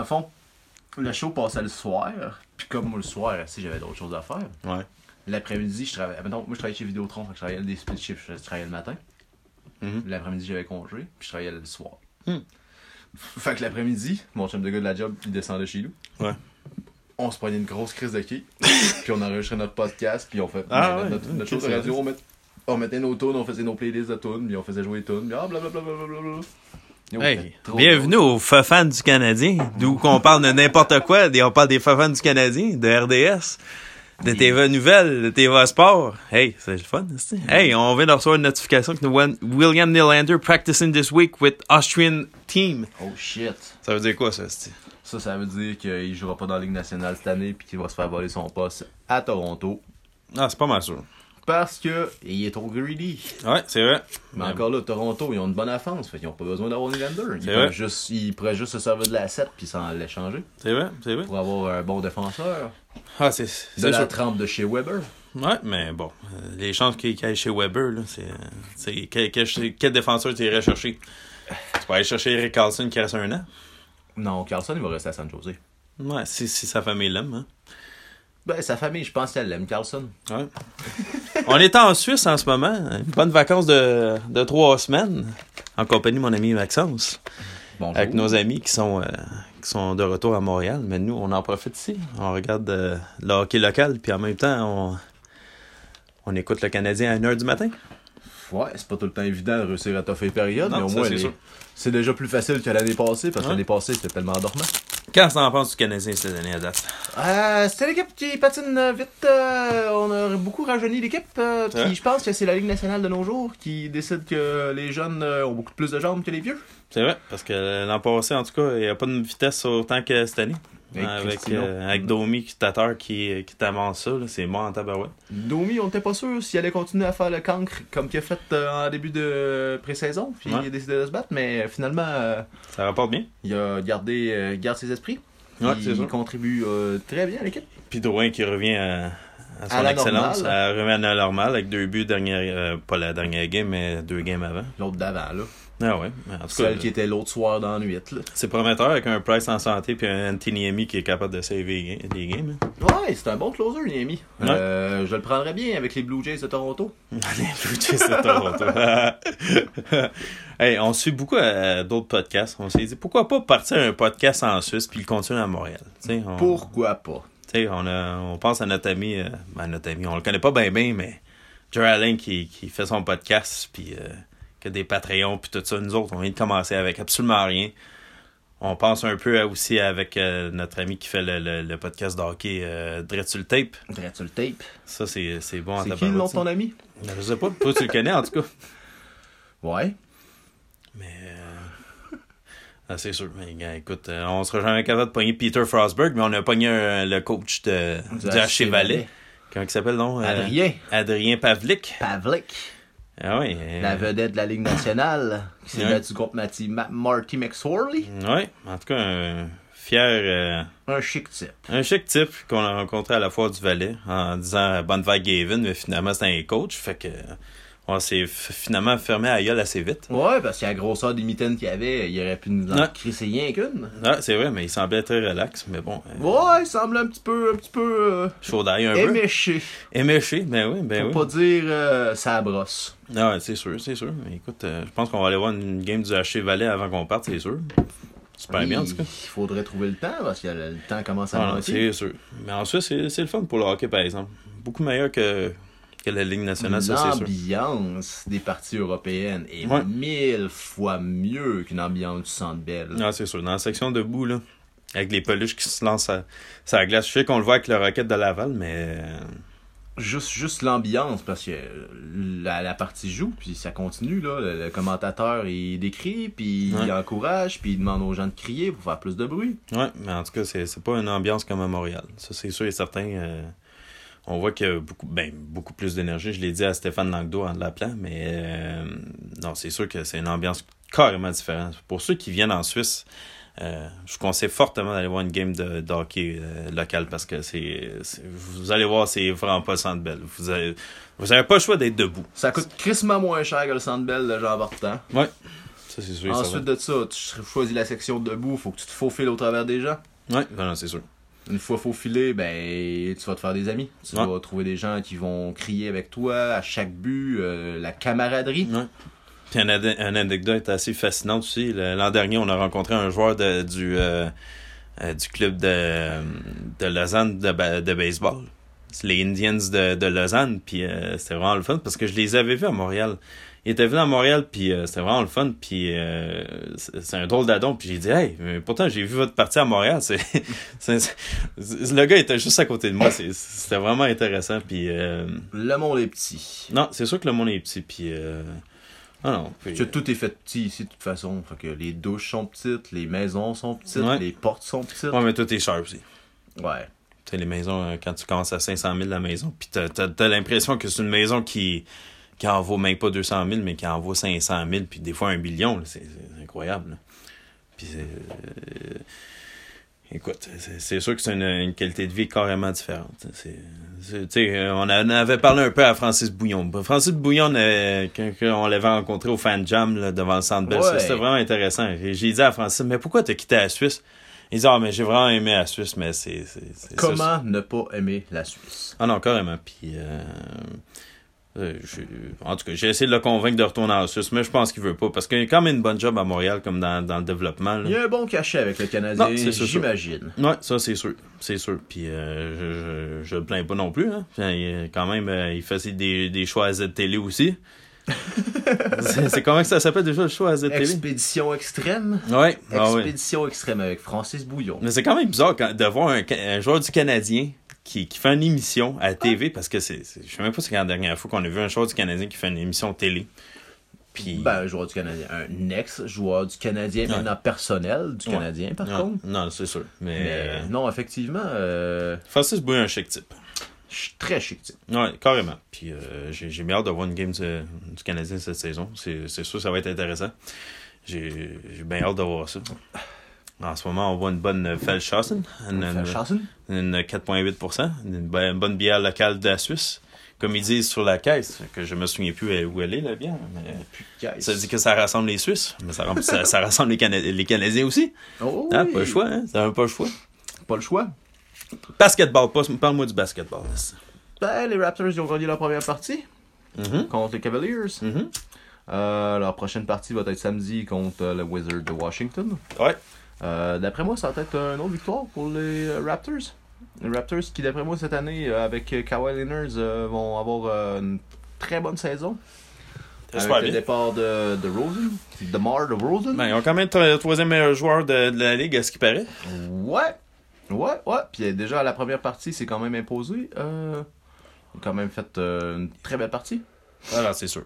en fond, le show passait le soir. Puis comme moi, le soir, si j'avais d'autres choses à faire. Ouais. L'après-midi, je travaillais. mettons, moi, je travaillais chez Vidéotron. fait que Je travaillais des split shifts. Je travaillais le matin. Mhm. L'après-midi, j'avais congé. Puis je travaillais le soir. Hmm. Fait que l'après-midi, mon chum de gars de la job, il descendait chez nous. Ouais. On se prenait une grosse crise de quai. puis on enregistrait notre podcast. Puis on fait notre, Ah ouais, notre- notre ok, chose de c'est radio. On, met- on mettait nos tunes. On faisait nos playlists de tunes. Puis on faisait jouer les tunes. Puis ah, blablabla. Yo, Hey, c'était trop bienvenue aux Fafans du Canadien, d'où qu'on parle de n'importe quoi. des- On parle des Fafans du Canadien, de RDS, de TV Nouvelles, de TV Sport. Hey, c'est le fun, c'est Hey, on vient de recevoir une notification que nous voit William Nylander practicing this week with Austrian team. drôle. Oh shit. Ça veut dire quoi, ça, c'est Ça, ça veut dire qu'il jouera pas dans la Ligue nationale cette année. Puis qu'il va se faire voler son poste à Toronto. Ah, c'est pas mal sûr. Parce que il est trop greedy. Ouais, c'est vrai. Mais encore là, Toronto, ils ont une bonne offense, fait qu'ils n'ont pas besoin d'avoir Nylander. Ils, C'est peuvent vrai. juste, ils pourraient juste se servir de la 7 puis s'en l'échanger C'est vrai, c'est vrai. pour avoir un bon défenseur. Ah, c'est De c'est la sûr. trempe de chez Weber. Ouais, mais bon, euh, les chances qu'il qu'il aille chez Weber, là, c'est. euh, c'est- Quel, quel- quel défenseur tu irais chercher Tu pourrais aller chercher Eric Carlson qui reste un an Non, Carlson, il va rester à San Jose. Ouais, si, si sa famille l'aime. Hein. Ben, sa famille, je pense qu'elle l'aime, Carlson. Ouais. On est en Suisse en ce moment. Bonne vacances de, de trois semaines en compagnie de mon ami Maxence. Bonjour. Avec nos amis qui sont, euh, qui sont de retour à Montréal. Mais nous, on en profite ici. On regarde euh, le hockey local, puis en même temps, on, on écoute le Canadien à 1h du matin. Ouais, c'est pas tout le temps évident de réussir à toffer période, Non, mais au ça, moins, c'est les- sûr. Hein? c'est déjà plus facile que l'année passée, parce que Ouais. l'année passée, c'était tellement dormant. Qu'est-ce que t'en penses du Canadien cette année à date? Euh, c'était l'équipe qui patine euh, vite. euh, on a beaucoup rajeuni l'équipe. euh, puis Ouais. je pense que c'est la Ligue nationale de nos jours qui décide que les jeunes euh, ont beaucoup plus de jambes que les vieux. C'est vrai, parce que l'an passé, en tout cas, il n'y a pas de vitesse autant que cette année. Avec Avec, Cristiano. euh, avec Domi, qui t'attend, qui, qui t'avance ça, là, c'est mort en tabarouette. Domi, on était pas sûr s'il allait continuer à faire le cancre comme qu'il a fait euh, en début de pré-saison. Puis Ouais. il a décidé de se battre, mais finalement, euh, Ça rapporte bien. il a gardé euh, garde ses esprits. Ouais, c'est il sûr. contribue euh, très bien à l'équipe. Puis Drouin qui revient à, à son À la excellence, normale. à revient à la normale avec deux buts, dernière, euh, pas la dernière game, mais deux games avant. L'autre d'avant, là. Ah ouais, mais en tout cas, Celle qui était l'autre soir dans la nuit, là. c'est prometteur avec un Price en santé puis un Antiniemi qui est capable de saver les ga- les games. hein. Ouais, c'est un bon closer, Niami. Ouais. Euh, je le prendrais bien avec les Blue Jays de Toronto. Les Blue Jays de Toronto. hey, on suit beaucoup euh, d'autres podcasts. On s'est dit pourquoi pas partir un podcast en Suisse puis le continuer à Montréal. Tu sais, on- Pourquoi pas? Tu sais, on, a- on pense à notre ami, euh, ben, à notre ami, on le connaît pas bien bien, mais Jerry Allen qui, qui fait son podcast, puis euh, que des Patreons, puis tout ça, nous autres, on vient de commencer avec absolument rien. On pense un peu à- aussi avec euh, notre ami qui fait le, le- le podcast d'hockey, euh, Drette sur le tape. Dirais-tu le tape? Ça, c'est c'est bon en c'est qui le nom de tabarouette, ton ça. ami? Je sais pas, toi tu le connais en tout cas. Ouais. Mais euh, ah, c'est sûr. Mais, gars, écoute, euh, on sera jamais capable de pogner Peter Frostberg, mais on a pogné euh, le coach de, du HC Valet. Comment il s'appelle, non? Euh, Adrien Adrien Pavlik. Pavlik, Ah oui. euh, la vedette de la Ligue nationale, qui s'est Ouais. battue contre Mati- Ma- Marty McSorley. ouais, en tout cas, un fier, euh, Un chic type. un chic type qu'on a rencontré à la foire du Valais en disant euh, bonne vague Gavin, mais finalement c'était un coach, fait que euh, on s'est f- finalement fermé à gueule assez vite. Ouais, parce que la grosseur des mitaines qu'il avait, il aurait pu nous en Ouais. crisser rien qu'une. Ah, c'est vrai, mais il semblait très relax, mais bon, euh, Ouais, il semble un petit peu, un petit peu euh, chaud d'ail un peu. éméché. Éméché, ben oui, ben Pour oui. pas dire euh, ça brosse. Ah, ouais, c'est sûr, c'est sûr. Mais écoute, euh, je pense qu'on va aller voir une game du HC Valais avant qu'on parte, c'est sûr. Super bien, en Il tout cas. faudrait trouver le temps, parce que le, le temps commence à Ah non, manquer. c'est sûr. Mais en Suisse, c'est c'est le fun pour le hockey, par exemple. Beaucoup meilleur que, que la Ligue nationale, ça, c'est sûr. L'ambiance des parties européennes est Ouais. mille fois mieux qu'une ambiance du Centre Bell. Ah, c'est sûr. Dans la section debout, là, avec les peluches qui se lancent à, sur la glace, je sais qu'on le voit avec le rocket de Laval, mais. euh, Juste, juste l'ambiance, parce que la, la partie joue, puis ça continue, là. Le, le commentateur, il décrit, puis il Ouais. encourage, puis il demande aux gens de crier pour faire plus de bruit. Ouais, mais en tout cas, c'est c'est pas une ambiance comme à Montréal. Ça, c'est sûr et certain. euh, on voit qu'il y a beaucoup, ben, beaucoup plus d'énergie. Je l'ai dit à Stéphane Langdo en l'appelant, mais euh, non, c'est sûr que c'est une ambiance carrément différente. Pour ceux qui viennent en Suisse, euh, je vous conseille fortement d'aller voir une game de, de hockey euh, local parce que c'est c'est- vous allez voir, c'est vraiment pas centre belle. Vous avez, vous avez pas le choix d'être debout. Ça coûte crissement moins cher que le Centre Bell de Jean Bartan. Ouais, Ça, c'est sûr. et Ensuite de ça, tu choisis la section debout, faut que tu te faufiles au travers des gens. certain. Ouais, non, non, c'est sûr. Une fois faufilé, ben tu vas te faire des amis. Tu Ouais. vas trouver des gens qui vont crier avec toi à chaque but, euh, la camaraderie. Ouais. Puis une ade- une anecdote assez fascinante aussi. Le- L'an dernier, on a rencontré un joueur de- du, euh, euh, du club de, de Lausanne de, ba- de baseball. C'est les Indians de, de Lausanne. Puis euh, c'était vraiment le fun parce que je les avais vus à Montréal. Ils étaient venus à Montréal, puis euh, c'était vraiment le fun. Puis euh, c'est c'est un drôle d'adon. Puis j'ai dit, hey, mais pourtant, j'ai vu votre partie à Montréal. C'est, c'est- c'est- c'est- le gars était juste à côté de moi. C'est- C'était vraiment intéressant. Puis euh, Le monde est petit. non, c'est sûr que le monde est petit. Puis. euh, ah non, puis- Tu sais, tout est fait petit ici de toute façon. Fait que les douches sont petites, les maisons sont petites, Ouais. les portes sont petites. Ouais, mais tout est cher aussi. Ouais. Tu sais, les maisons, euh, quand tu commences à 500 000 la maison, puis t'as, t'as, t'as l'impression que c'est une maison qui, qui en vaut même pas 200 000, mais qui en vaut 500 000, puis des fois un billion. là. C'est, c'est incroyable. là. Puis c'est, euh, écoute, c'est, c'est sûr que c'est une, une qualité de vie carrément différente. C'est, c'est- tu sais, euh, on en avait parlé un peu à Francis Bouillon. Francis Bouillon, euh, quand quand on l'avait rencontré au Fan Jam là, devant le Centre Bell, ça, Ouais. c'était vraiment intéressant. Et J'ai dit à Francis, mais pourquoi t'as quitté la Suisse? Il dit, ah, mais j'ai vraiment aimé la Suisse, mais c'est... c'est- c'est- ça, Comment ne pas aimer la Suisse? ah non, carrément. Puis, euh, euh, je- en tout cas, j'ai essayé de le convaincre de retourner en Suisse, mais je pense qu'il veut pas parce qu'il y a quand même une bonne job à Montréal, comme dans, dans le développement. là. Il y a un bon cachet avec le Canadien, Non, c'est sûr, j'imagine. Ouais, ça c'est sûr, c'est sûr. Puis euh, je, je, je le plains pas non plus. Hein. Puis, euh, quand même, euh, il faisait des, des choix à Z-Télé aussi. c'est c'est comment que ça s'appelle déjà le choix à Z-Télé? Expédition extrême. Ouais, ah ouais. Expédition extrême avec Francis Bouillon. Mais c'est quand même bizarre quand- de voir un, Ca- un joueur du Canadien qui, qui fait une émission à TV parce que c'est. c'est- Je sais même pas si c'est la dernière fois qu'on a vu un joueur du Canadien qui fait une émission télé. Puis. Ben, un joueur du Canadien. Un ex-joueur du Canadien, Ouais. maintenant personnel du Ouais. Canadien, par non, contre. non, c'est sûr. Mais. Mais euh, non, effectivement, euh, Francis Bouy un chic type. je suis très chic. tu sais. Ouais, carrément. Puis euh, j'ai j'ai bien hâte de voir une game du, du Canadien cette saison. C'est c'est sûr que ça va être intéressant. J'ai j'ai bien hâte de voir ça. En ce moment, on voit une bonne euh, Felschausen. Une- Enfin, une- Charleston? une 4,8 une bo- une bonne bière locale de la Suisse, comme ils disent sur la caisse, que je me souviens plus euh, où elle est, la bière. mais Guys. Ça dit que ça rassemble les Suisses, mais ça, rem- ça, ça rassemble les, Cana- les Canadiens aussi. Oh, Hein, oui. Pas le choix, hein? Ça a pas le choix. Pas le choix. Basketball, pas- parle-moi du basketball. Ben, les Raptors, ils ont gagné leur première partie Mhm, contre les Cavaliers. mhm. Euh, leur prochaine partie va être samedi contre euh, le Wizard de Washington. Ouais. Euh, d'après moi, ça va être une autre victoire pour les euh, Raptors. Les Raptors qui, d'après moi, cette année, euh, avec euh, Kawhi Leonard, euh, vont avoir euh, une très bonne saison. Avec Super le bien. départ de, de Rosen, de Mar de Rosen. Ben, ils ont quand même le troisième meilleur joueur de, de la ligue, à ce qui paraît. Ouais, ouais, ouais. Puis euh, déjà, la première partie, c'est quand même imposé. Euh, ils ont quand même fait euh, une très belle partie. Ah Alors, c'est sûr.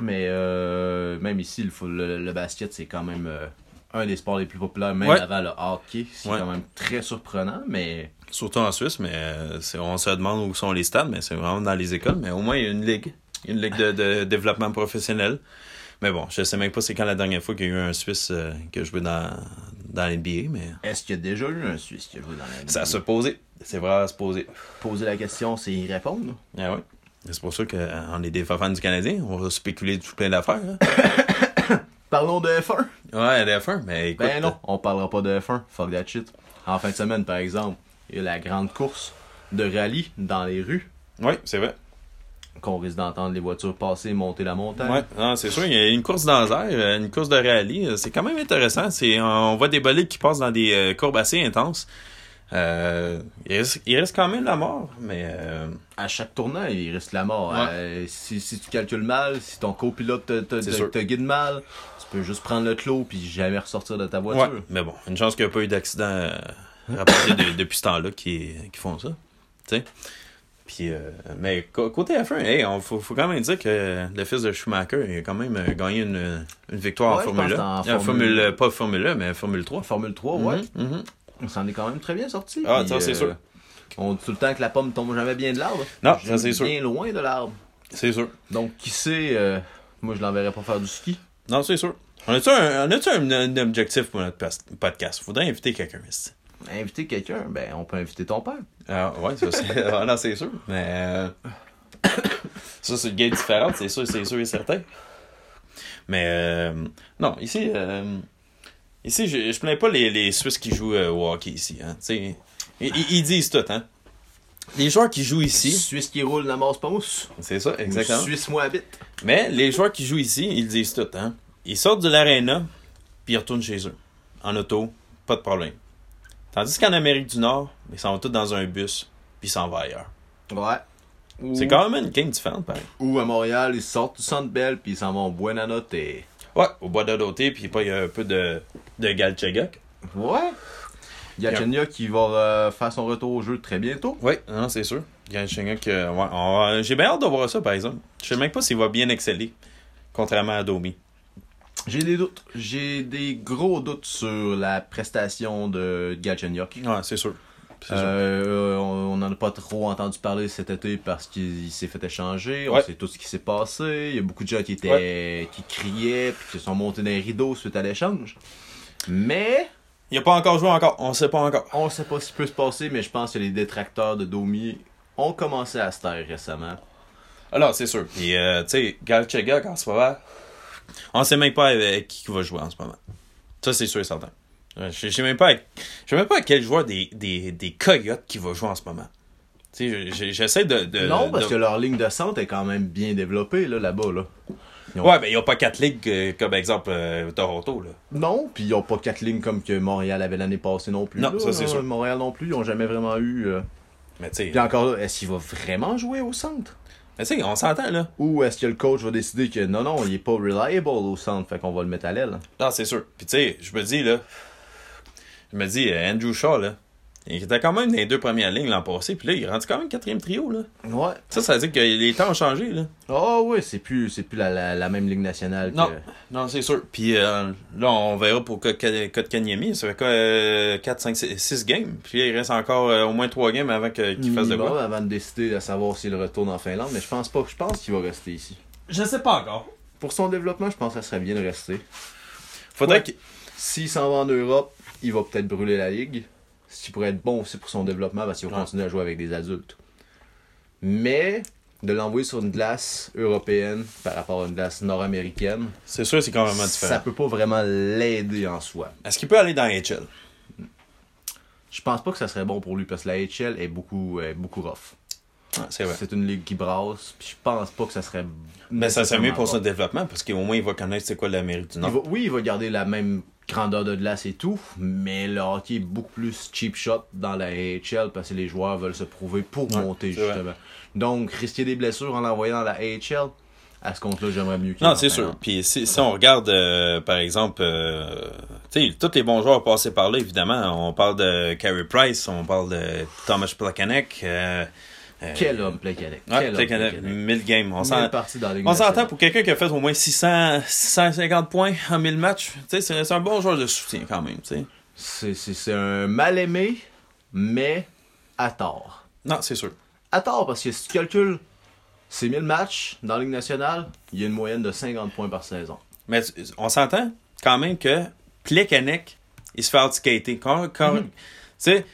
Mais euh, même ici, le, foot- le, le basket, c'est quand même euh, un des sports les plus populaires, même Ouais. avant le hockey. C'est Ouais. quand même très surprenant, mais Surtout en Suisse, mais euh, c'est- on se demande où sont les stades, mais c'est vraiment dans les écoles. Mais au moins, il y a une ligue. Il y a Une ligue de, de développement professionnel. Mais bon, je sais même pas c'est quand la dernière fois qu'il y a eu un Suisse euh, qui a joué dans, dans l'NBA, mais est-ce qu'il y a déjà eu un Suisse qui a joué dans la ça NBA? a se posait. C'est vrai à se poser. Poser la question, c'est y répondre. Ah ouais. C'est pour ça qu'on est des fans du Canadien. On va spéculer tout plein d'affaires. hein. Parlons de F1. Ouais, la F1, mais écoute. euh, Ben non, on parlera pas de F1. Fuck that shit. En fin de semaine, par exemple, il y a la grande course de rallye dans les rues Oui, euh, c'est vrai. qu'on risque d'entendre les voitures passer, monter la montagne. Ouais, non, c'est sûr, il y a une course dans l'air, euh, une course de rallye, euh, c'est quand même intéressant. C'est, on voit des bolides qui passent dans des euh, courbes assez intenses. Euh, il, reste, il reste quand même la mort, mais euh, à chaque tournant, il reste la mort. Ouais. Euh, si, si tu calcules mal, si ton copilote te, te- C'est te- sûr. te guide mal, tu peux juste prendre le clos puis jamais ressortir de ta ouais. voiture. mais bon, une chance qu'il n'y a pas eu d'accident euh, rapporté de- depuis ce temps-là qui, qui font ça. tu sais. Puis, euh, mais co- côté F1, hey, on, faut, faut quand même dire que le fils de Schumacher il a quand même euh, gagné une, une victoire Ouais, je en Formule pense 1. en Euh, Formule- Formule- pas Formule 1, mais Formule 3. Formule 3, ouais, Mhm, mhm. on s'en est quand même très bien sorti. Ah, Puis, euh, ça, c'est sûr. On dit tout le temps que la pomme tombe jamais bien de l'arbre. Non, Je ça, dis c'est sûr. Bien loin de l'arbre. C'est sûr. Donc, qui sait, euh, moi je l'enverrai pas faire du ski. Non, c'est sûr. On a-tu un, on a-tu un, un objectif pour notre pas- podcast? Faudrait inviter quelqu'un ici. Inviter quelqu'un, ben on peut inviter ton père. Ah, ouais, ça c'est. ah, non, c'est sûr. Mais. euh, ça, c'est une game différente, c'est sûr, c'est sûr et certain. Mais euh, non, ici, euh, ici je ne plains pas les, les Suisses qui jouent euh, au hockey ici. Hein, tu sais. ils, ils- ils disent tout, hein. Les joueurs qui jouent ici, Suisse qui roule n'amasse pas mousse. c'est ça, exactement. Suisse moi habite. Mais les joueurs qui jouent ici, ils disent tout, hein. Ils sortent de l'aréna, puis ils retournent chez eux. En auto, pas de problème. Tandis qu'en Amérique du Nord, ils s'en vont tous dans un bus, puis ils s'en vont ailleurs. Ouais. Ou- C'est quand même une game différente, pareil. Ou à Montréal, ils sortent du centre belle puis ils s'en vont au Buena Notte. Ouais. Ouais, au bois de doté, puis pas, il y a un peu de, de Galchegauk. Il y a Bien. Chenya qui va euh, faire son retour au jeu très bientôt. Oui, non, non, c'est sûr. Galchegauk, euh, ouais, on- j'ai bien hâte de voir ça, par exemple. Je sais même pas s'il va bien exceller, contrairement à Domi. J'ai des doutes. J'ai des gros doutes sur la prestation de Galchenyuk. Ouais, c'est sûr. C'est sûr. Euh, on n'en a pas trop entendu parler cet été parce qu'il il s'est fait échanger. Ouais. On sait tout ce qui s'est passé. Il y a beaucoup de gens qui étaient qui criaient puis qui se sont montés dans les rideaux suite à l'échange. Mais Il a pas encore joué encore, on sait pas encore. on sait pas ce qui peut se passer, mais je pense que les détracteurs de Domi ont commencé à se taire récemment. Alors, Ah c'est sûr. Puis, euh, tu sais, Galchegauk, en ce moment, on sait même pas avec qui il va jouer en ce moment. Ça, c'est sûr et certain. Euh, Je je sais même pas, avec- je sais même pas à quel joueur des, des, des Coyotes qui va jouer en ce moment. Tu sais, je- je- j'essaie de, de- non, parce de- que leur ligne de centre est quand même bien développée là, là-bas. Là. Ouais, mais il n'y a pas quatre ligues euh, comme exemple euh, Toronto. Là. Non, puis ils n'ont pas quatre lignes comme que Montréal avait l'année passée non plus. Non, là. Euh, ça, c'est sûr. Montréal non plus, ils n'ont jamais vraiment eu. euh, Mais tu sais, Puis encore là, est-ce qu'il va vraiment jouer au centre? mais tu sais, on s'entend là. Ou est-ce que le coach va décider que non, non, il est pas reliable au centre, fait qu'on va le mettre à l'aile? Non, c'est sûr. Puis tu sais, je me dis là, je me dis euh, Andrew Shaw là, il était quand même dans les deux premières lignes l'an passé. Puis là, il est rendu quand même quatrième trio là. Ouais. Ça, ça veut dire que les temps ont changé là. Ah oui, c'est plus, c'est plus la, la, la même ligne nationale. Non, que- non c'est sûr. Puis euh, là, on verra pour Code Kanyemi. Ça fait quoi, euh, 4, 5, 6, games. Puis là, il reste encore euh, au moins 3 games avant que- qu'il fasse de minimum quoi. avant de décider de savoir s'il retourne en Finlande, mais je pense pas. Je pense qu'il va rester ici. Je sais pas encore. Pour son développement, je pense que ça serait bien de rester. Faudrait Ouais. qu'il- S'il s'en va en Europe, il va peut-être brûler la ligue. Ce qui pourrait être bon aussi pour son développement parce qu'il va Ouais. continuer à jouer avec des adultes. Mais de l'envoyer sur une glace européenne par rapport à une glace nord-américaine, C'est sûr, c'est complètement différent. ça peut pas vraiment l'aider en soi. Est-ce qu'il peut aller dans HL Je pense pas que ça serait bon pour lui parce que la HL est beaucoup, est beaucoup rough. Ouais, C'est vrai. C'est une ligue qui brasse, puis je pense pas que ça serait. Mais ça serait mieux pour son nécessairement développement parce qu'au moins, il va connaître c'est quoi l'Amérique du bon. Nord. Il va- oui, il va garder la même grandeur de glace et tout, mais le hockey est beaucoup plus cheap shot dans la AHL parce que les joueurs veulent se prouver pour Ouais, monter c'est vrai. justement. Donc, risquer des blessures en l'envoyant dans la AHL, à ce compte-là, j'aimerais mieux qu'il Non, en c'est fasse un. sûr. Puis si, si on regarde, euh, par exemple, euh, tu sais, tous les bons joueurs passés par là, évidemment. On parle de Carey Price, on parle de Thomas Plakanek. Euh, euh, Quel homme, Plekanec. Ouais, Quel homme, Plekanec, 1000 games. On s'en- Mille parties dans la Ligue on s'entend nationale. pour quelqu'un qui a fait au moins 600, 650 points en 1000 matchs. Tu sais, C'est c'est un bon joueur de soutien quand même. tu sais. C'est- C'est c'est un mal aimé, mais à tort. Non, c'est sûr. À tort, parce que si tu calcules ces 1000 matchs dans la Ligue nationale, il y a une moyenne de 50 points par saison. Mais tu- on s'entend quand même que Plekanec, il se fait outskater. Quand, quand- Mm-hmm. tu sais,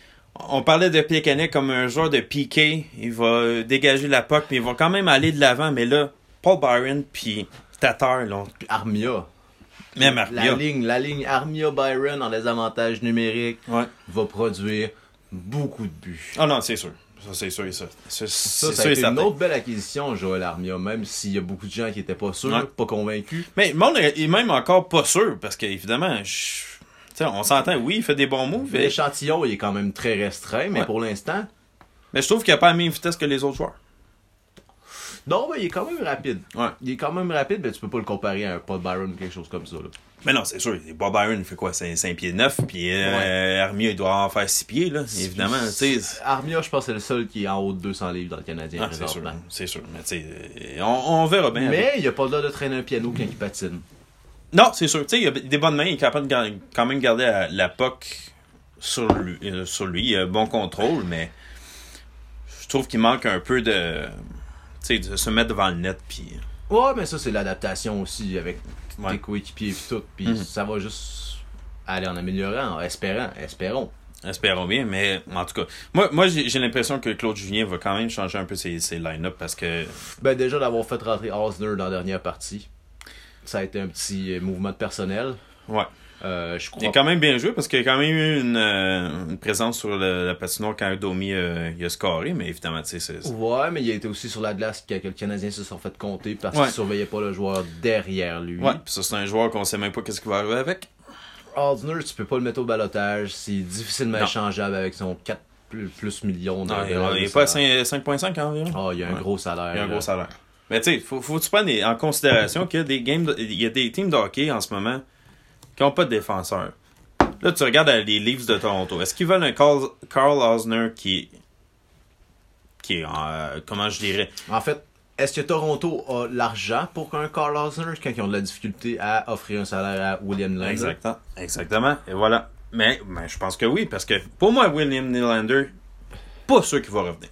on parlait de Plekanec comme un joueur de piqué. Il va dégager la puck, mais il va quand même aller de l'avant. Mais là, Paul Byron puis Tatar, là, Puis Armia, on- même la Arpia. ligne, la ligne Armia-Byron en désavantage numérique Ouais. va produire beaucoup de buts. Ah non, c'est sûr. Ça, c'est sûr et ça. C'est Ça, c'est ça a sûr et été une certain. autre belle acquisition, Joël Armia, même s'il y a beaucoup de gens qui n'étaient pas sûrs, Ouais. pas convaincus. Mais le monde est même encore pas sûr, parce qu'évidemment, je- tu sais, on s'entend, oui, il fait des bons moves, mais, L'échantillon, il est quand même très restreint, mais Ouais. pour l'instant, mais je trouve qu'il a pas la même vitesse que les autres joueurs. non, mais il est quand même rapide. Ouais. Il est quand même rapide, mais tu peux pas le comparer à un Paul Byron ou quelque chose comme ça. là. Mais non, c'est sûr, Bob Byron, il fait quoi, 5, pieds 9, puis euh, Armia, il doit en faire 6 pieds, là, évidemment, tu sais. c'est- Armia, je pense que c'est le seul qui est en haut de 200 livres dans le Canadien. Ah, c'est sûr, présentement. c'est sûr, mais tu sais, euh, on, on verra bien. avec- Mais il a pas l'air de traîner un piano quand il patine. Non, c'est sûr, tu sais, il a des bonnes mains, il est capable de gar- quand même garder la, la POC sur lui, euh, sur lui, il a bon contrôle, mais je trouve qu'il manque un peu de, tu sais, de se mettre devant le net, puis... Ouais, mais ça, c'est l'adaptation aussi avec Ouais. tes coéquipiers et tout. Puis ça va juste aller en améliorant, en espérant, espérons. Espérons bien, mais en tout cas, moi, moi j'ai j'ai l'impression que Claude Julien va quand même changer un peu ses, ses line-up parce que. Ben, déjà, d'avoir fait rentrer Osner dans la dernière partie. Ça a été un petit mouvement de personnel. Ouais. Euh, je Il est crois. quand même bien joué parce qu'il a quand même eu une, euh, une présence sur le- la patinoire quand Domi euh, il a scoré, mais évidemment, tu sais, c'est- c'est- Ouais, mais il a été aussi sur la glace que, que le Canadien se sont fait compter parce Ouais. qu'il surveillait pas le joueur derrière lui. Ouais, puis ça, c'est un joueur qu'on sait même pas qu'est-ce qu'il va arriver avec. Aldner, tu peux pas le mettre au balotage. C'est difficilement Non. échangeable avec son 4 plus, plus millions de Non, Euh, il- de- il de est pas à salaire. 5- 5,5 hein, environ. Ah, il y a un Ouais. gros salaire. Il y a un là. gros salaire. Mais tu sais, faut, faut-tu prendre des- en considération qu'il y a des games de- il y a des teams de hockey en ce moment qui n'ont pas de défenseur. Là, tu regardes euh, les Leafs de Toronto. Est-ce qu'ils veulent un Carl, Carl Osner qui qui est en, euh, comment je dirais En fait, est-ce que Toronto a l'argent pour qu'un Carl Osner quand ils ont de la difficulté à offrir un salaire à William Lane? Exactement. Exactement. Et voilà. Mais, mais je pense que oui, parce que pour moi, William Nylander, pas sûr qu'il va revenir.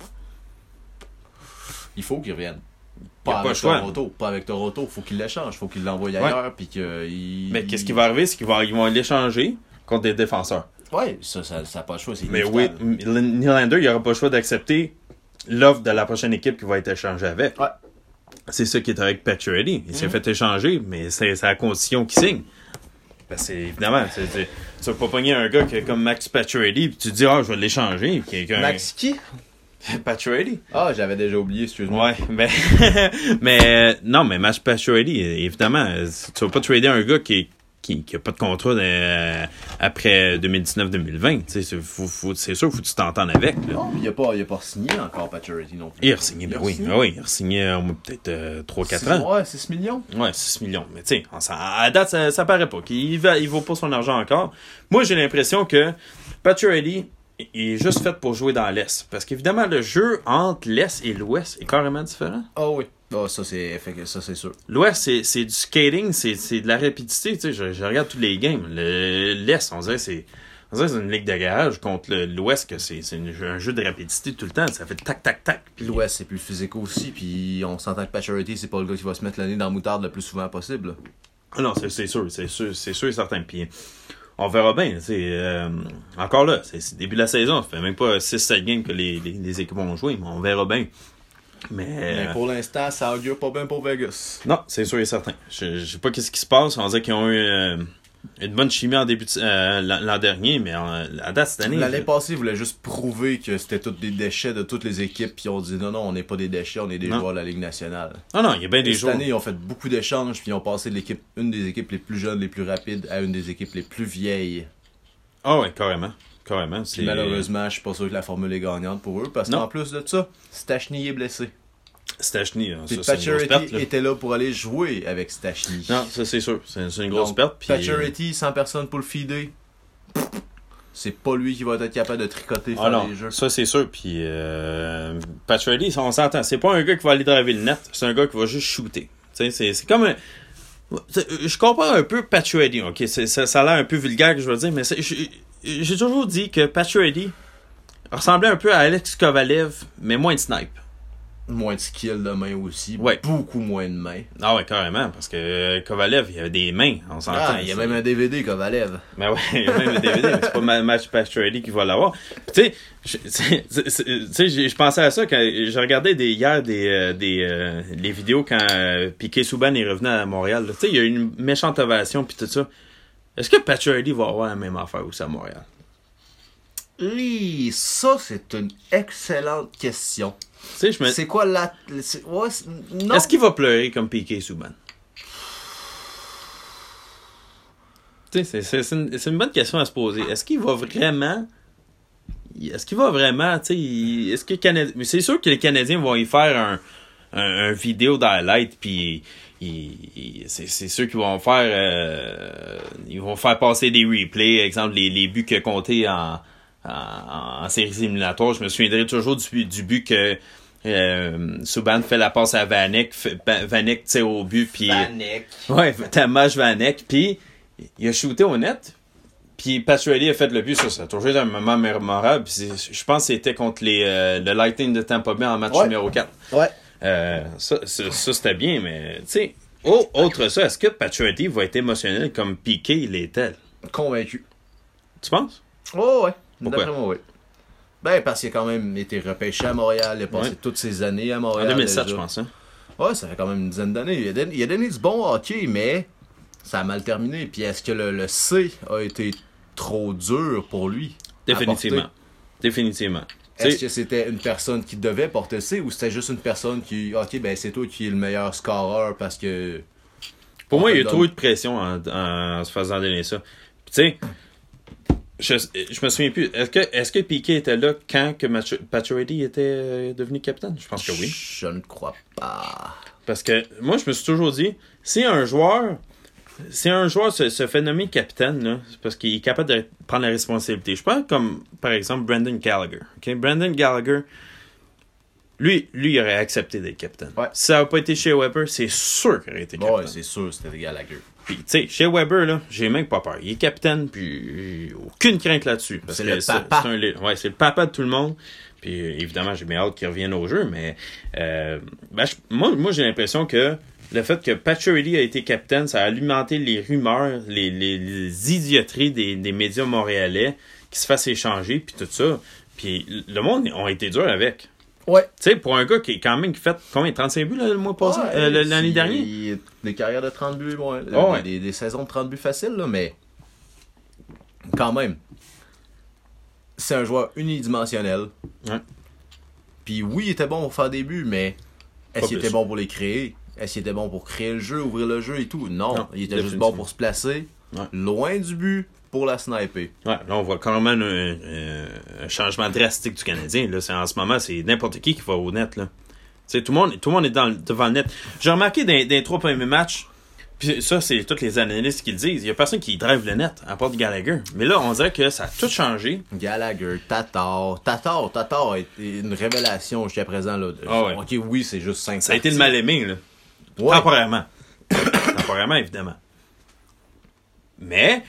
Il faut qu'il revienne. Il y a Pas pas le avec choix. Toronto. Pas avec Toronto. Faut qu'il l'échange. Faut qu'il l'envoie ailleurs. Puis qu'il. Mais qu'est-ce qui va arriver, c'est qu'ils vont, ils vont l'échanger contre des défenseurs. Ouais, ça, ça, ça a pas le choix. C'est Mais oui, inévitable. N- Nylander, il n'aura pas le choix d'accepter l'offre de la prochaine équipe qui va être échangée avec. Ouais. Mhm. C'est ça qui est avec Pacioretty. Il s'est fait échanger, mais c'est c'est à la condition qu'il signe. Parce que, évidemment, tu tu- tu vas pas pogner un gars qui est comme Max Pacioretty, puis tu te dis « Ah, je vais l'échanger. » Max qui Pacioretty. Ah, j'avais déjà oublié, excuse-moi. Ouais, mais, mais euh, non, mais Max Pacioretty, euh, évidemment, euh, tu vas pas trader un gars qui qui, qui a pas de contrat euh, après 2019-2020. Tu sais, c'est- faut- faut- C'est sûr, faut que tu t'entendes avec. Là. Non, il a pas, il a pas signé encore Paturity non plus. Il a re-signé, Il ben a oui. re-signé. Ah oui, il a re-signé euh, peut-être Six- 3-4 ans. Ouais, 6 millions. Ouais, 6 millions. Mais tu sais, on s'en- à date, ça, ça paraît pas. Il, va, il vaut pas son argent encore. Moi, j'ai l'impression que Pacioretty il est juste fait pour jouer dans l'Est. Parce qu'évidemment, le jeu entre l'Est et l'Ouest est carrément différent. Ah oui. Ah, ça, c'est fait que ça, c'est sûr. L'Ouest, c'est, c'est du skating, c'est, c'est de la rapidité. Tu sais, je, je regarde tous les games. Le- L'Est, on dirait que c'est. on dirait que c'est une ligue de garage contre le- l'Ouest, que c'est, c'est une- un jeu de rapidité tout le temps. Ça fait tac, tac, tac. Puis l'Ouest, c'est plus physique aussi. Puis on s'entend que Paturity, c'est pas le gars qui va se mettre le nez dans la moutarde le plus souvent possible. là. Ah Non, c'est, c'est sûr, c'est sûr, c'est sûr et certain. Puis on verra bien. tu sais, euh, encore là, c'est, c'est début de la saison. Ça fait même pas 6-7 games que les, les, les équipes ont joué, mais on verra bien. Mais. euh, Mais pour l'instant, ça augure pas bien pour Vegas. Non, c'est sûr et certain. Je, je sais pas qu'est-ce qui se passe. On dirait qu'ils ont eu euh, une bonne chimie en début de- euh, l'an l'an dernier, mais euh, à date cette année. L'année je- passée, ils voulaient juste prouver que c'était tous des déchets de toutes les équipes. Puis on dit non, non, on n'est pas des déchets, on est des Non. joueurs de la Ligue nationale. Ah Non, non, il y a bien des Et cette joueurs. année, ils ont fait beaucoup d'échanges. Puis ils ont passé de l'équipe, une des équipes les plus jeunes, les plus rapides, à une des équipes les plus vieilles. Ah ouais, carrément. Carrément. c'est- Puis malheureusement, je suis pas sûr que la formule est gagnante pour eux. Parce Non. qu'en plus de ça, Stachny est blessé. Stachny, hein, Puis ça, c'est une grosse perte. Pacioretty là. était là pour aller jouer avec Stachny. Non, ça c'est sûr. C'est c'est une grosse Donc, perte. Puis... euh, Pacioretty, sans personne pour le feeder, c'est pas lui qui va être capable de tricoter Ah faire non, les jeux. ça c'est sûr. Puis euh, Patrick, on s'entend. C'est pas un gars qui va aller driver le net, c'est un gars qui va juste shooter. Tu sais, C'est c'est comme un. c'est- Je compare un peu Patrick, ok? c'est- Ça, ça a l'air un peu vulgaire que je veux dire, mais c'est- j'ai j'ai toujours dit que Patrick ressemblait un peu à Alex Kovalev, mais moins de snipe. Moins de skill de main aussi. Ouais. Beaucoup moins de main. Ah ouais, carrément, parce que euh, Kovalev, il avait des mains, on s'entend. Ah, il y a C'est- même un DVD comme Valève. Mais Ben ouais, il y a même le DVD, mais c'est pas ma- Match Pacioretty qui va l'avoir. Puis Tu sais, je- c'est- c'est- c'est- tu sais, j'ai- je pensais à ça quand je regardais des, hier des, euh, des, euh, les vidéos quand euh, Piqué Souban est revenu à Montréal. là. Tu sais, il y a eu une méchante ovation puis tout ça. Est-ce que Pacioretty va avoir la même affaire aussi à Montréal? Hi, ça, c'est une excellente question. Tu sais, je me... C'est quoi la. c'est- ouais, c'est- non. Est-ce qu'il va pleurer comme Piqué Souban? Tu sais, c'est- c'est- c'est une, c'est une bonne question à se poser. Est-ce qu'il va vraiment. Est-ce qu'il va vraiment. tu sais, il- Est-ce que le Canadi- Mais c'est sûr que les Canadiens vont y faire un, un, un vidéo d'highlight, puis. il- il- C'est c'est sûr qu'ils vont faire. euh, ils vont faire passer des replays, exemple, les, les buts que compté en. En, en séries éliminatoires, je me souviendrai toujours du, du but que euh, Subban fait la passe à Vanek, fait- Ba- Vanek tire au but, puis... Panic. Ouais, Tamash Vanek, puis il a shooté au net, puis Pacioretty a fait le but, ça, ça a toujours été un moment mémorable, puis c'est- je pense que c'était contre les, euh, le Lightning de Tampa Bay en match Ouais. numéro 4. Ouais. Euh, ça, ça, ça, c'était bien, mais, tu sais, au- autre ça, est-ce que Pacioretty va être émotionnel comme Piqué l'était? Convaincu. Tu penses? Oh, ouais. Pourquoi? D'après moi, oui. Ben, parce qu'il a quand même été repêché à Montréal. Il a passé Ouais. toutes ses années à En Montréal. 2007, déjà. je pense, hein? Ouais, ça fait quand même une dizaine d'années. Il, a donné- il a donné du bon hockey, mais ça a mal terminé. Puis est-ce que le, le C a été trop dur pour lui? à Définitivement. porter? Définitivement. Tu Est-ce sais, que c'était une personne qui devait porter le C ou c'était juste une personne qui, ok, ben c'est toi qui es le meilleur scoreur parce que. Pour moi, on te il y a le trop eu donne. de pression en, en se faisant donner ça. Puis, tu sais, je, je me souviens plus. Est-ce que, est que Piquet était là quand que Machu- Pacioretty était euh, devenu capitaine? Je pense que oui. Je ne crois pas. Parce que moi, je me suis toujours dit, si un joueur, si un joueur se, se fait nommer capitaine, là, c'est parce qu'il est capable de prendre la responsabilité. Je parle comme, par exemple, Brandon Gallagher. ok Brandon Gallagher, lui, lui, il aurait accepté d'être capitaine. Ouais. Si ça n'a pas été chez Weber, c'est sûr qu'il aurait été capitaine. Ouais, c'est sûr, c'était égal à gueule. Puis, tu sais, chez Weber, là, j'ai même pas peur. Il est capitaine, puis euh, aucune crainte là-dessus. Parce C'est que le papa. c'est un lit- ouais, c'est le papa de tout le monde. Puis, euh, évidemment, j'ai bien hâte qu'il revienne au jeu, mais euh, ben, je- moi, moi j'ai l'impression que le fait que Pacioretty a été capitaine, ça a alimenté les rumeurs, les, les, les idioteries des, des médias montréalais qui se fassent échanger, puis tout ça. Puis, le monde a été dur avec. Ouais. Tu sais, pour un gars qui est quand même qui fait combien 35 buts là, le mois passé, Ouais, Euh, le- si- l'année dernière Des carrières de 30 buts, bon, hein, Oh, ouais. des, des saisons de 30 buts faciles, là, mais quand même, c'est un joueur unidimensionnel. Ouais. Puis oui, il était bon pour faire des buts, mais Pas est-ce qu'il plus. était bon pour les créer Est-ce qu'il était bon pour créer le jeu, ouvrir le jeu et tout Non, Non, il était juste bon définitivement. pour se placer Ouais. loin du but pour la sniper. Ouais, là, on voit quand même un, un- un changement drastique du Canadien. Là. C'est- En ce moment, c'est n'importe qui qui va au net. Là. Tu sais, Tout, le monde, tout le monde est dans, le- devant le net. J'ai remarqué dans, dans les trois premiers matchs, puis ça, c'est tous les analystes qui le disent, il n'y a personne qui drive le net, à part de Gallagher. Mais là, on dirait que ça a tout changé. Gallagher, Tatar, Tatar, Tatar a été une révélation jusqu'à présent. Là, de- Ah ouais. Ok, oui, c'est juste 5 Ça a été le mal-aimé, là. temporairement. temporairement, évidemment. Mais,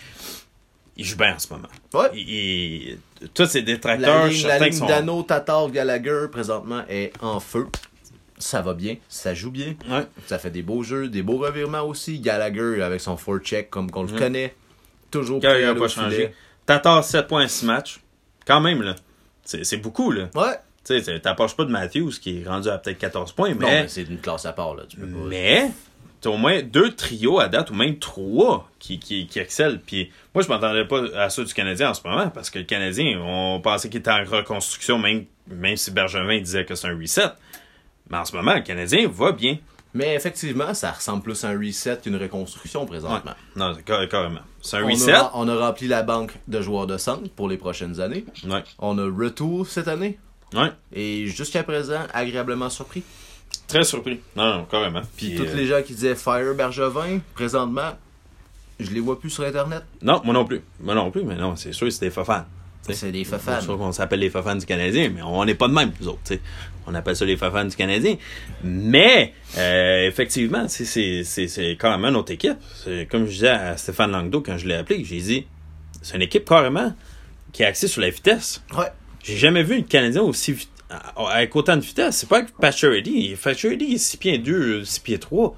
il joue bien en ce moment. Ouais. Il- il- tous ses La détracteurs, ligne, la certains ligne sont... Dano, Tatar, Gallagher, présentement, est en feu. Ça va bien, ça joue bien. Ouais. Ça fait des beaux jeux, des beaux revirements aussi. Gallagher, avec son forecheck, comme qu'on le connaît, toujours prêt Gallagher à Mm. a aller pas au changé. filet. Tatar, 7.6 matchs. Quand même, là. C'est c'est beaucoup, là. Ouais. Tu sais, c'est- t'approches pas de Matthews, qui est rendu à peut-être 14 points, Non, mais mais... c'est une classe à part, là. Tu peux pas- Mais, t'as au moins deux trios à date, ou même trois, qui, qui, qui excellent. Puis moi, je m'attendais pas à ça du Canadien en ce moment, parce que le Canadien, on pensait qu'il était en reconstruction, même, même si Bergevin disait que c'est un reset. Mais en ce moment, le Canadien va bien. Mais effectivement, ça ressemble plus à un reset qu'une reconstruction, Ouais. présentement. Non, c'est car- carrément. C'est un On, reset. a, on a rempli la banque de joueurs de centre pour les prochaines années. Ouais. On a retour cette année. Ouais. Et jusqu'à présent, agréablement surpris. Très surpris. Non, non, carrément. Puis Puis, tous euh, les gens qui disaient Fire Bergevin, présentement, je les vois plus sur Internet. Non, moi non plus. Moi non plus, mais non, c'est sûr, c'est des fafans. T'sais. C'est des C'est fafans. sûr qu'on s'appelle les fafans du Canadien, mais on n'est pas de même, nous autres. t'sais. On appelle ça les fafans du Canadien. Mais, euh, effectivement, c'est- c'est c'est- c'est carrément notre équipe. C'est Comme je disais à Stéphane Langdo quand je l'ai appelé, j'ai dit, c'est une équipe carrément qui est axée sur la vitesse. Ouais. J'ai jamais vu un Canadien aussi vite- à- avec autant de vitesse. C'est pas avec Pacioretty. Pacioretty est 6 pieds 2, 6 pieds 3.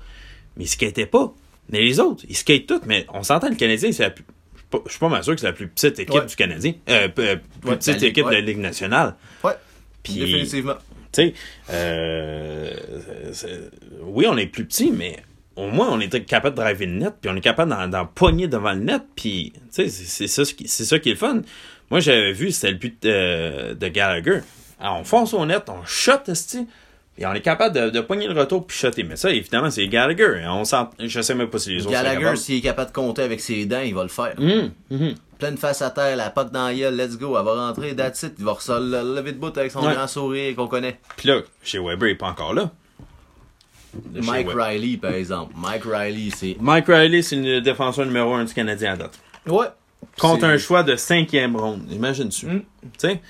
Mais il skatait pas. Mais les autres, ils skatent tous. Mais on s'entend, le Canadien, c'est la plus... Je suis pas- je suis pas mal sûr que c'est la plus petite équipe Ouais. du Canadien. Euh, p- euh, plus Ouais, petite la Ligue, équipe de ouais. la Ligue nationale. Ouais. Puis- Définitivement. Tu sais, euh, c'est- oui, on est plus petit, mais au moins, on est capable de driver le net, puis on est capable d'en, d'en pogner devant le net, puis tu sais, c'est, c'est ça, ce qui- c'est ça qui est le fun. Moi, j'avais vu, c'était le but de, de Gallagher. Alors, on fonce au net, on shot, esti, puis on est capable de, de pogner le retour puis shotter. Mais ça, évidemment, c'est Gallagher. On s'en, je sais même pas si les autres sont Gallagher, capables. s'il est capable de compter avec ses dents, il va le faire. Hum, hum. Pleine face à terre, la pote dans la gueule, let's go, elle va rentrer, that's it. Il va se lever de bout avec son Ouais. grand sourire qu'on connaît. Puis là, chez Weber, il est pas encore là. Chez Mike Weber. Riley, par exemple. Mike Riley, c'est. Mike Riley, c'est le défenseur numéro un du Canadien à date. Ouais. contre C'est- un choix de cinquième ronde. Imagine-tu. Mm. Tu sais?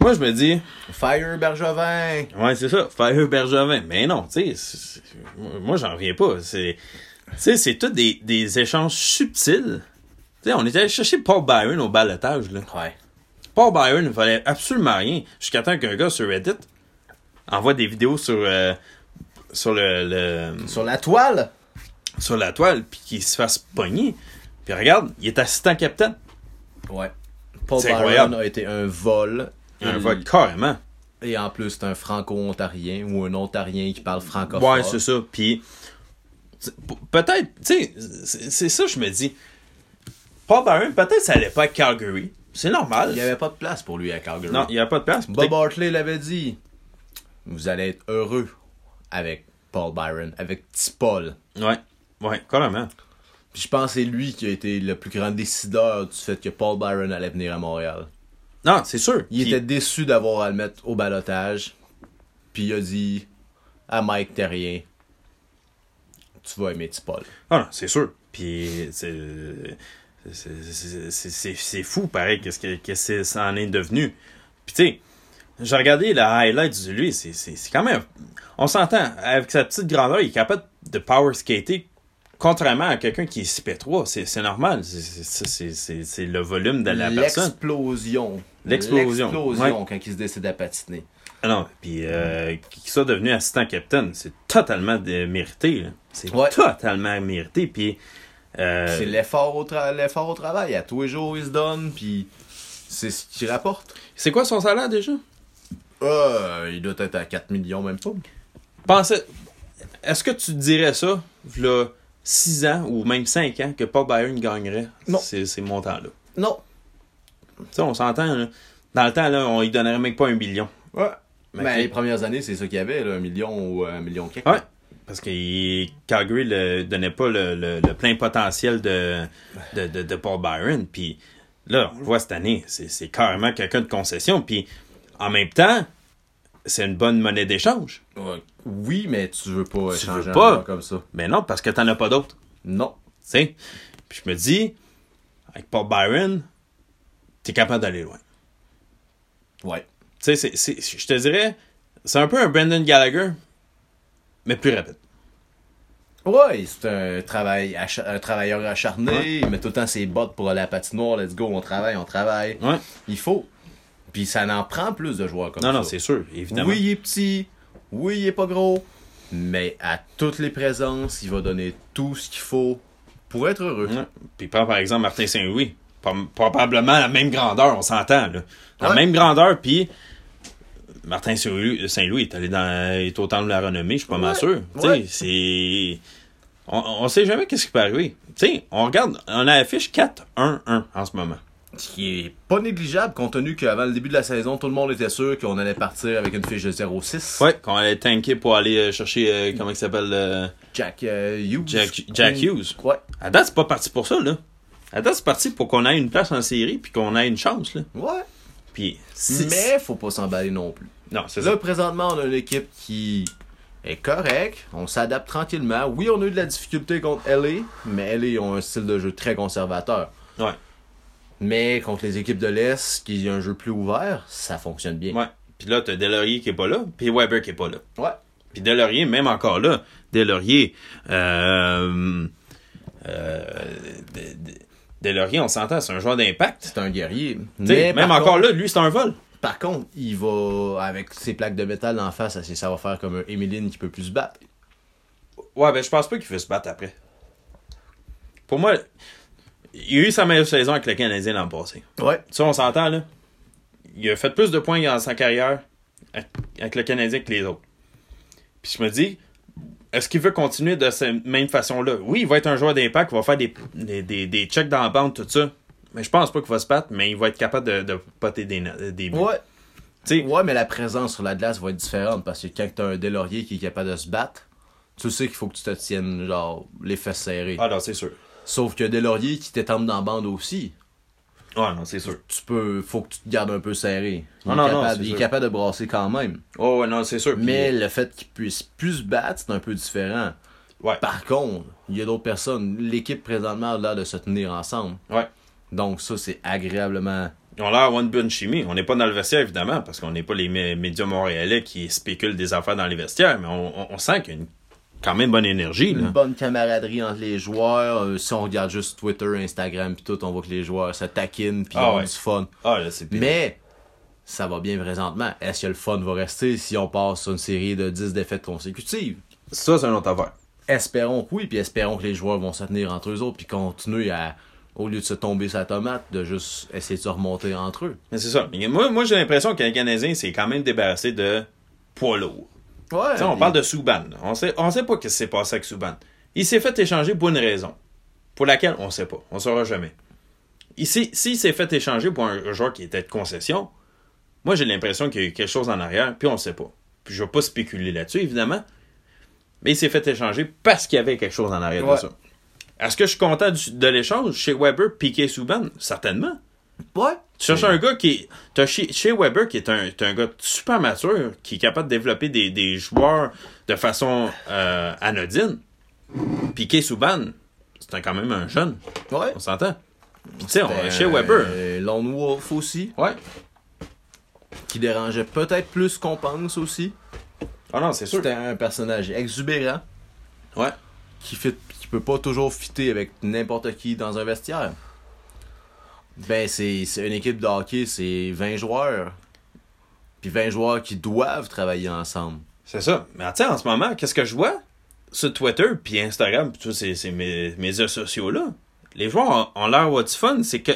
Moi, je me dis, Fire Bergevin. ouais, c'est ça, Fire Bergevin. Mais non, tu sais, c'est- c'est- moi, j'en reviens pas. C'est, tu sais, c'est tout des, des échanges subtils. Tu sais, on était allé chercher Paul Byron au balotage, là. Ouais. Paul Byron ne valait absolument rien jusqu'à temps qu'un gars sur Reddit envoie des vidéos sur, euh, sur le- le, Sur la toile. sur la toile, puis qu'il se fasse pogner. Puis regarde, il est assistant capitaine. Ouais. Paul C'est Byron incroyable. a été un vol. Un Il- vol carrément. Et en plus, c'est un franco-ontarien ou un ontarien qui parle francophone. Ouais, c'est ça. Puis, c'est- p- peut-être, tu sais, c'est c'est ça, je me dis. Pas Byron, peut-être ça allait pas à Calgary. C'est normal. Il n'y avait pas de place pour lui à Calgary. Non, il n'y avait pas de place. Bob Hartley l'avait dit. Vous allez être heureux avec Paul Byron, avec petit Paul. Ouais, ouais, carrément. Puis je pense que c'est lui qui a été le plus grand décideur du fait que Paul Byron allait venir à Montréal. Non, c'est sûr. Il Puis- était déçu d'avoir à le mettre au balotage. Puis il a dit à Mike Terrien Tu vas aimer petit Paul. Ah non, c'est sûr. Puis c'est c'est- c'est- c'est- c'est- c'est fou, pareil, qu'est-ce que, qu'est-ce que ça en est devenu. Puis tu sais, j'ai regardé la highlight de lui, c'est- c'est c'est quand même... On s'entend, avec sa petite grandeur, il est capable de power skater contrairement à quelqu'un qui est 6 3 C'est c'est normal, C'est- c'est- c'est c'est- c'est le volume de la personne. L'explosion. L'explosion, L'explosion quand il se décide à patiner. Ah non, puis euh, qu'il soit devenu assistant capitaine, c'est totalement euh, mérité. là. C'est Ouais. totalement mérité, puis... euh, C'est l'effort au, tra- l'effort au travail. À tous les jours, il se donne. Puis c'est ce qu'il rapporte. c'est quoi son salaire déjà? Euh, il doit être à 4 millions, même pas. Pensais... Est-ce que tu te dirais ça, là, 6 ans ou même 5 ans, que Paul Byron gagnerait Non. ces, ces montants-là? Non. Tu sais, on s'entend, là. Dans le temps, là, on lui donnerait même pas un million. Ouais. Mais- Mais les premières années, c'est ça qu'il y avait, là, un million ou euh, un million quelque. Ouais. Parce que il- Calgary ne donnait pas le, le- le plein potentiel de, de, de- de Paul Byron. Puis là, on le voit cette année, c'est c'est carrément quelqu'un de concession. Puis en même temps, c'est une bonne monnaie d'échange. Ouais. Euh, Oui, mais tu veux pas Tu échanger veux un pas. joueur comme ça. Mais non, parce que t'en as pas d'autres. Non. Tu sais? Puis je me dis, avec Paul Byron, t'es capable d'aller loin. Ouais. Tu sais, c'est- c'est- je te dirais, c'est un peu un Brendan Gallagher, mais plus rapide. Ouais, c'est un travail acha- un travailleur acharné, Ouais. il met tout le temps ses bottes pour aller à la patinoire, let's go, on travaille, on travaille. Ouais. Il faut. Puis ça n'en prend plus de joueurs comme Non, ça. non, c'est sûr, évidemment. Oui, il est petit, oui, il est pas gros, mais à toutes les présences, il va donner tout ce qu'il faut pour être heureux. Ouais. Puis prends par exemple Martin Saint-Louis. Prob- Probablement la même grandeur, on s'entend. là. La Ouais. même grandeur, puis Martin Saint-Louis Saint-Louis est allé dans est au temps de la renommée, je suis pas mal Ouais. sûr. Tu sais, Ouais. c'est. On, on sait jamais qu'est-ce qui peut arriver. Tu sais, on regarde, on a affiche 4-1-1 en ce moment. Ce qui est pas négligeable, compte tenu qu'avant le début de la saison, tout le monde était sûr qu'on allait partir avec une fiche de 0-6. Ouais, qu'on allait tanker pour aller euh, chercher, euh, comment il s'appelle, euh, Jack euh, Hughes. Jack, Jack Hughes. Ouais. À date, c'est pas parti pour ça, là. À date, c'est parti pour qu'on ait une place en série puis qu'on ait une chance, là. Ouais. Puis, si- Mais faut pas s'emballer non plus. Non, c'est Là, ça. présentement, on a une équipe qui est correcte. On s'adapte tranquillement. Oui, on a eu de la difficulté contre LA, mais LA ont un style de jeu très conservateur. Ouais. Mais contre les équipes de l'Est, qui ont un jeu plus ouvert, ça fonctionne bien. Ouais. Puis là, t'as Delaurier qui est pas là, puis Weber qui est pas là. Ouais. Puis Delaurier, même encore là, Delaurier, euh, euh, de- de- Delaurier, on s'entend, c'est un joueur d'impact. C'est un guerrier. Tu sais, Mais Même par encore contre- là, lui, c'est un vol. Par contre, il va, avec ses plaques de métal en face, ça ça va faire comme un Emeline qui peut plus se battre. Ouais, ben je pense pas qu'il veut se battre après. Pour moi, il a eu sa meilleure saison avec le Canadien l'an passé. Ouais. Ça, on s'entend, là. Il a fait plus de points dans sa carrière avec- avec le Canadien que les autres. Puis je me dis, est-ce qu'il veut continuer de cette même façon-là? Oui, il va être un joueur d'impact, il va faire des, des, des, des checks dans la bande, tout ça. Mais je pense pas qu'il va se battre, mais il va être capable de, de poter des, na- des buts. Ouais. Tu sais, Ouais, mais la présence sur la glace va être différente parce que quand t'as un Delaurier qui est capable de se battre, tu sais qu'il faut que tu te tiennes genre les fesses serrées. Ah non, c'est sûr. Sauf que Delaurier qui t'étampe dans la bande aussi, Ah non, c'est sûr. tu peux, faut que tu te gardes un peu serré. Il, Ah est, non, non, capable, c'est il est sûr. capable de brasser quand même. Oh ouais, non, c'est sûr. Puis- Mais le fait qu'il puisse plus se battre, c'est un peu différent. Ouais. Par contre, il y a d'autres personnes. L'équipe présentement a l'air de se tenir ensemble. Ouais. Donc ça, c'est agréablement. Ils ont l'air d'avoir une bonne chimie. On n'est pas dans le vestiaire, évidemment, parce qu'on n'est pas les mé- médias montréalais qui spéculent des affaires dans les vestiaires, mais on, on- on sent qu'il y a une quand même bonne énergie. Une Là. bonne camaraderie entre les joueurs. Euh, si on regarde juste Twitter, Instagram, puis tout, on voit que les joueurs se taquinent, puis Ah ont ouais. du fun. Ah, là, c'est pire. Mais ça va bien présentement. Est-ce que le fun va rester si on passe sur une série de 10 défaites consécutives? Ça, c'est une autre affaire. Espérons que oui, puis espérons que les joueurs vont se tenir entre eux autres, puis continuer à au lieu de se tomber sa tomate, de juste essayer de se remonter entre eux. Mais c'est ça. Mais Moi, moi j'ai l'impression que le Canadien s'est quand même débarrassé de poids lourd. Ouais. Tu sais, on parle de Souban. là. On sait, on sait pas ce qui s'est passé avec Souban. Il s'est fait échanger pour une raison. Pour laquelle on sait pas. On saura jamais. Il s'est- S'il s'est fait échanger pour un joueur qui était de concession, moi j'ai l'impression qu'il y a eu quelque chose en arrière, puis on sait pas. Puis je vais pas spéculer là-dessus, évidemment. Mais il s'est fait échanger parce qu'il y avait quelque chose en arrière Ouais. de ça. Est-ce que je suis content du- de l'échange chez Weber, Piqué, Souban? Certainement. Ouais. Tu cherches un gars qui. T'as chez, chez Weber qui est un, t'as un gars super mature, qui est capable de développer des, des joueurs de façon euh, anodine. Piqué Souban, c'est un- quand même un jeune, Ouais. on s'entend. Puis tu sais, on- Ben, chez Weber. euh, Lone Wolf aussi, Ouais. qui dérangeait peut-être plus qu'on pense aussi. Ah non, c'est sûr. C'était un personnage exubérant Ouais. qui, fit, qui peut pas toujours fitter avec n'importe qui dans un vestiaire. Ben, c'est c'est une équipe de hockey, c'est 20 joueurs. Puis 20 joueurs qui doivent travailler ensemble. C'est ça. Mais tu sais, en ce moment, qu'est-ce que je vois sur Twitter, puis Instagram, puis tous ces, ces mé- médias sociaux-là? Les joueurs ont, ont l'air what fun, c'est que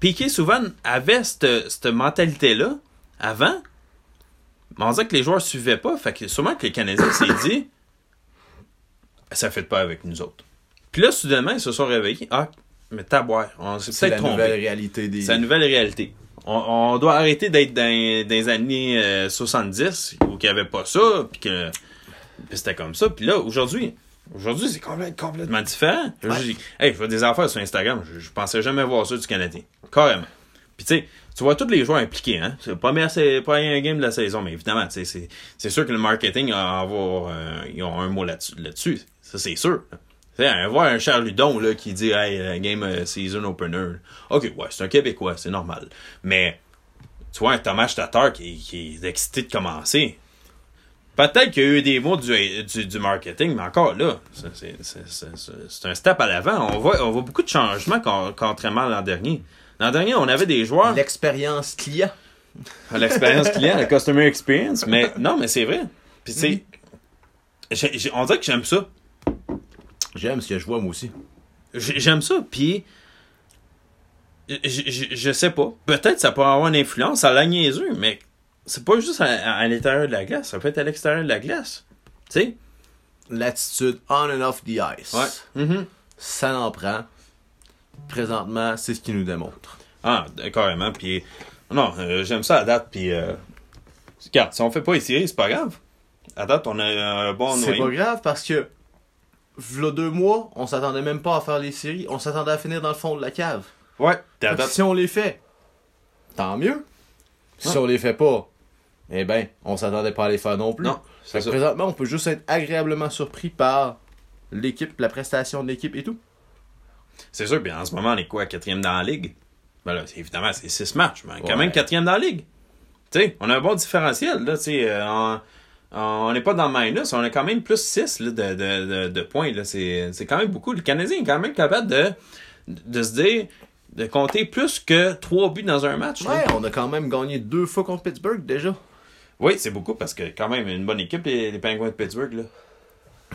Piqué souvent avait cette, cette mentalité-là avant, mais on dirait que les joueurs suivaient pas. Fait que sûrement que les Canadiens s'est dit ça fait pas avec nous autres. Puis là, soudainement, ils se sont réveillés. Ah, mais taboire, on s'est C'est peut-être la trompé. nouvelle réalité des. C'est la nouvelle réalité. On, on doit arrêter d'être dans, dans les années euh, 70 où il n'y avait pas ça, puis que puis c'était comme ça. Puis là, aujourd'hui, aujourd'hui c'est complè- complètement différent. Je- Ouais. Je dis, hey, je vois des affaires sur Instagram, je, je pensais jamais voir ça du Canadien. Carrément. Puis tu sais, tu vois tous les joueurs impliqués. Hein? C'est pas un game de la saison, mais évidemment, tu sais, c'est c'est sûr que le marketing, en va, euh, ils ont un mot là-dessus. là-dessus. ça, c'est sûr. Tu sais, on va voir un Charludon là, qui dit Hey, euh, game euh, season opener. là. Ok, ouais, c'est un Québécois, c'est normal. Mais tu vois un Thomas Tatar qui, qui est excité de commencer. Peut-être qu'il y a eu des mots du, du, du marketing, mais encore là, c'est- c'est- c'est- c'est- c'est- c'est un step à l'avant. On voit, on voit beaucoup de changements con- contrairement à l'an dernier. L'an dernier, on avait des joueurs. L'expérience client. À l'expérience client, la customer experience. Mais non, mais c'est vrai. Puis tu sais, Mhm. j'ai- j'ai- on dirait que j'aime ça. J'aime ce que je vois, moi aussi. J'ai- J'aime ça. Puis j- j- je sais pas. Peut-être ça peut avoir une influence à la niaiseux, mais c'est pas juste à, à- à l'intérieur de la glace. Ça peut être à l'extérieur de la glace. Tu sais? L'attitude on and off the ice. Mhm. Ça n'en prend. Présentement, c'est ce qu'il nous démontre. Ah, d- carrément. Puis non, euh, j'aime ça à date. Puis euh, regarde, si on fait pas les séries, c'est pas grave. À date, on a un bon C'est noyau. pas grave parce que, v'là deux mois, on s'attendait même pas à faire les séries. On s'attendait à finir dans le fond de la cave. Ouais, puis à Fait que date, si on les fait, tant mieux. Si on les fait pas, eh ben, on s'attendait pas à les faire non plus. Non, Fait c'est que ça. présentement, on peut juste être agréablement surpris par l'équipe, la prestation de l'équipe et tout. C'est sûr, puis en ce moment, on est quoi, quatrième dans la ligue? Ben là, c'est- évidemment, c'est six matchs, mais Ouais. quand même quatrième dans la ligue. Tu sais, on a un bon différentiel, là, tu sais, euh, on- on n'est pas dans le minus, on a quand même plus 6 de, de, de, de points. là. C'est c'est quand même beaucoup. Le Canadien est quand même capable de, de se dire, de compter plus que trois buts dans un match. là. Ouais, on a quand même gagné deux fois contre Pittsburgh déjà. Oui, c'est beaucoup parce que quand même, une bonne équipe, les, les Penguins de Pittsburgh. Là.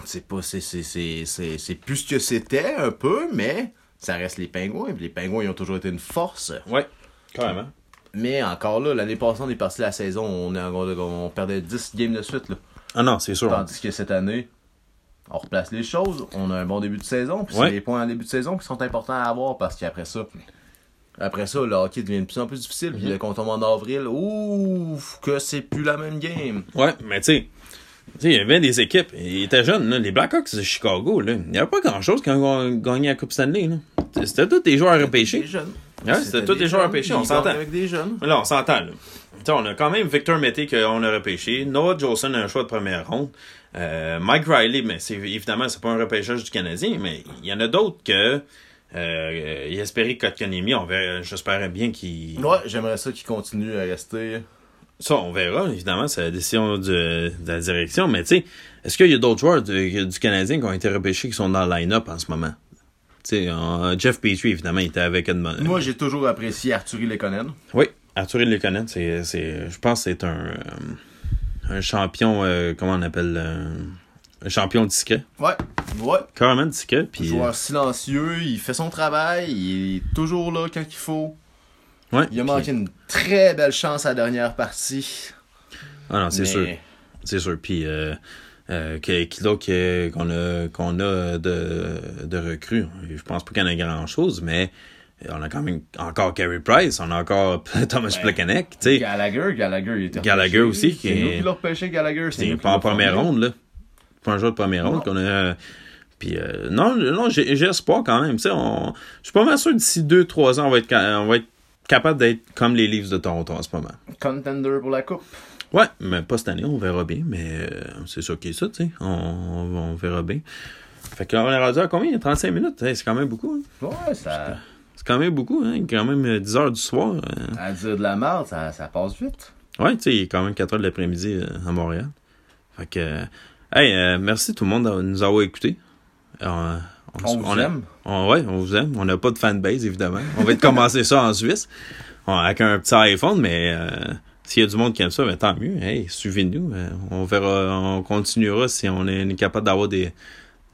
C'est pas, c'est, c'est, c'est, c'est, c'est plus ce que c'était un peu, mais ça reste les pingouins. Puis Les pingouins, ils ont toujours été une force. Oui, carrément. Mais encore là, l'année passée, on est parti la saison, on, est, on, on perdait 10 games de suite. Là. Ah non, c'est sûr. Tandis que cette année, on replace les choses, on a un bon début de saison, puis Ouais. c'est les points en début de saison qui sont importants à avoir parce qu'après ça, après ça, le hockey devient de plus en plus difficile, Mhm. puis là, quand on tombe en avril, ouf, que c'est plus la même game. Ouais, mais tu sais, tu sais, il y avait des équipes. Ils étaient jeunes, là. les Blackhawks de Chicago. Là. Il n'y avait pas grand-chose quand on gagnait la Coupe Stanley. là. C'était tous des joueurs Des repêchés. jeunes. Ouais, c'était tous des joueurs jeunes, repêchés, puis on ils gagnent s'entend. Avec des jeunes. Là, on s'entend. là. Tu sais, on a quand même Victor Mété qu'on a repêché. Noah Jolson a un choix de première ronde. Euh, Mike Riley, mais c'est évidemment, c'est pas un repêchage du Canadien, mais il y en a d'autres que. Euh, Jesperi Kotkaniemi, on verra, j'espère bien qu'il... Ouais, j'aimerais ça qu'ils continuent à rester. Ça, on verra, évidemment, c'est la décision du- de la direction. Mais tu sais, est-ce qu'il y a d'autres joueurs du, du Canadien qui ont été repêchés qui sont dans le line-up en ce moment? Tu sais, on- Jeff Petrie, évidemment, il était avec Edmond. Moi, j'ai toujours apprécié Arthurie Lekonen. Oui, Arthur Lekonen, c'est, c'est, je pense que c'est un, euh, un champion, euh, comment on appelle, euh, Un champion de ticket. Ouais, ouais. Carrément de ticket. Puis, euh, Joueur silencieux, il fait son travail, il est toujours là quand il faut. euh, ouais, Il a puis- manqué une très belle chance à la dernière partie. Ah non, c'est mais- sûr. C'est sûr. Puis, euh, euh, que- qui d'autre que- qu'on a, qu'on a de, de recrues? Je pense pas qu'il y en a grand-chose, mais on a quand même encore Carey Price, on a encore Thomas Ouais. Plekanec, tu sais. Gallagher, Gallagher, il était Gallagher repêché. aussi, qui C'est est- nous qui l'a repêché, Gallagher. C'est nous pas en qui l'a première formé. ronde, là. Pas un joueur de première Non. ronde qu'on a. euh, Puis, euh, non, non j'ai j'ai espoir quand même. Tu sais, on- Je suis pas mal sûr d'ici 2-3 ans, on va être, ca- on va être capable d'être comme les Leafs de Toronto en ce moment. Contender pour la coupe. Ouais, mais pas cette année, on verra bien, mais euh, c'est sûr qu'il est ça, tu sais. On, on- on verra bien. Fait que là, on est rendu à combien 35 minutes Hey, C'est quand même beaucoup. hein. Ouais, ça. C'est quand même beaucoup, hein. Il est quand même euh, 10 heures du soir. euh. À dire de la merde, ça, ça passe vite. Ouais, tu sais, il est quand même 4 heures de l'après-midi euh, à Montréal. Fait que. euh, Hey, euh, merci tout le monde de nous avoir écoutés. Euh, On vous a- aime. on- Ah ouais, on vous aime. On n'a pas de fanbase, évidemment. On va te commencer ça en Suisse. On- avec un petit iPhone, mais euh, s'il y a du monde qui aime ça, ben, tant mieux. Hey, suivez-nous. Euh, on verra, on continuera si on est, on est capable d'avoir des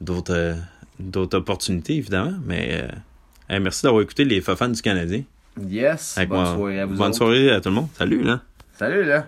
d'autres euh, d'autres opportunités, évidemment. Mais euh, hey, merci d'avoir écouté les fans du Canadien. Yes. Avec bonne moi- soirée à vous. bonne autres. soirée à tout le monde. Salut, là. Salut, là.